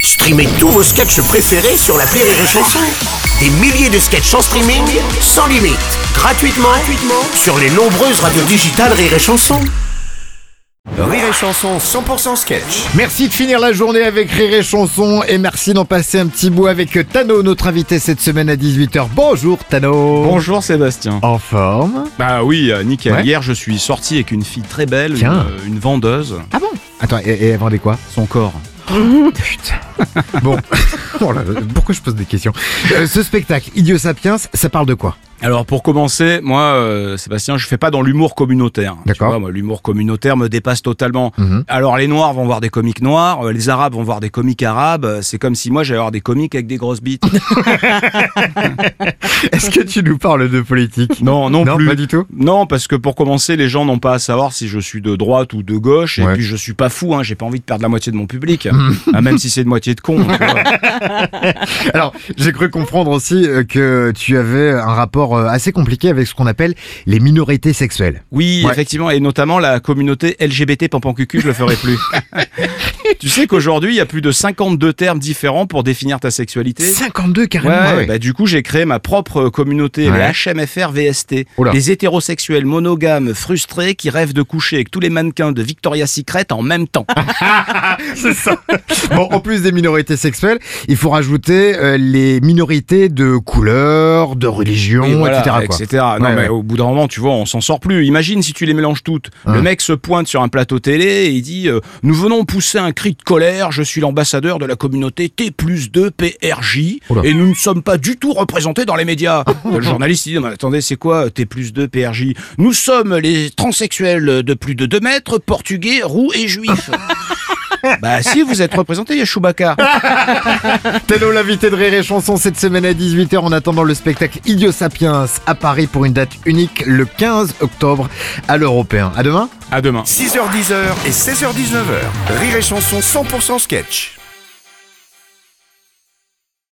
Streamez tous vos sketchs préférés sur la Rire et Chanson. Des milliers de sketchs en streaming, sans limite, gratuitement, gratuitement sur les nombreuses radios digitales Rire et Chanson. Rire et Chanson 100% sketch. Merci de finir la journée avec Rire et Chanson et merci d'en passer un petit bout avec Tano, notre invité cette semaine à 18h. Bonjour Tano Bonjour Sébastien. En forme Bah oui, euh, nickel. Ouais. Hier, je suis sorti avec une fille très belle, une, Tiens. euh, une vendeuse. Ah bon Attends, et, et elle vendait quoi Son corps. Putain Bon, Oh là là, pourquoi je pose des questions Euh, Ce spectacle, Idiot Sapiens, ça parle de quoi Alors pour commencer, moi, euh, Sébastien, je fais pas dans l'humour communautaire. Tu D'accord. Mhm. vois, moi, L'humour communautaire me dépasse totalement. Alors les Noirs vont voir des comiques noirs, euh, les Arabes vont voir des comiques arabes. euh, C'est comme si moi j'allais voir des comiques avec des grosses bites. Est-ce que tu nous parles de politique non, non, Non, plus. pas du tout Non, parce que pour commencer, les gens n'ont pas à savoir si je suis de droite ou de gauche. Et Ouais. puis je suis pas fou, hein, j'ai pas envie de perdre la moitié de mon public, Ah, même si c'est de moitié de con. hein. Alors, j'ai cru comprendre aussi euh, que tu avais un rapport euh, assez compliqué avec ce qu'on appelle les minorités sexuelles. Oui, Ouais. effectivement, et notamment la communauté LGBT Pampancucu, je le ferai plus. tu sais qu'aujourd'hui, il y a plus de 52 termes différents pour définir ta sexualité. 52 Ouais, carrément Ah ouais. Bah, du coup, j'ai créé ma propre euh, communauté, Ouais. les HMFR VST. Oula. Des hétérosexuels monogames frustrés qui rêvent de coucher avec tous les mannequins de Victoria's Secret en même temps. C'est ça. Bon, en plus des minorités sexuelles, il faut rajouter euh, les minorités de couleur, de religion, Oui, voilà, etc. quoi. etc. Non, Ouais, mais ouais. au bout d'un moment, tu vois, on s'en sort plus. Imagine si tu les mélanges toutes. Ouais. Le mec se pointe sur un plateau télé et il dit euh, Nous venons pousser un cri de colère, je suis l'ambassadeur de la communauté T plus 2 PRJ Oula. et nous ne sommes pas du tout représentés dans les médias. le journaliste il dit Mais Attendez, c'est quoi euh, T plus 2 PRJ Nous sommes les transsexuels de plus de 2 mètres, portugais, roux et juifs. bah si, vous êtes représentés, il y a Chewbacca. Tello, l'invité de Rire et Chanson cette semaine à 18h en attendant le spectacle Idiot Sapiens à Paris pour une date unique le 15 octobre à l'Européen. À demain À demain. 6h10h et 16h19h. Rire et Chanson 100% sketch.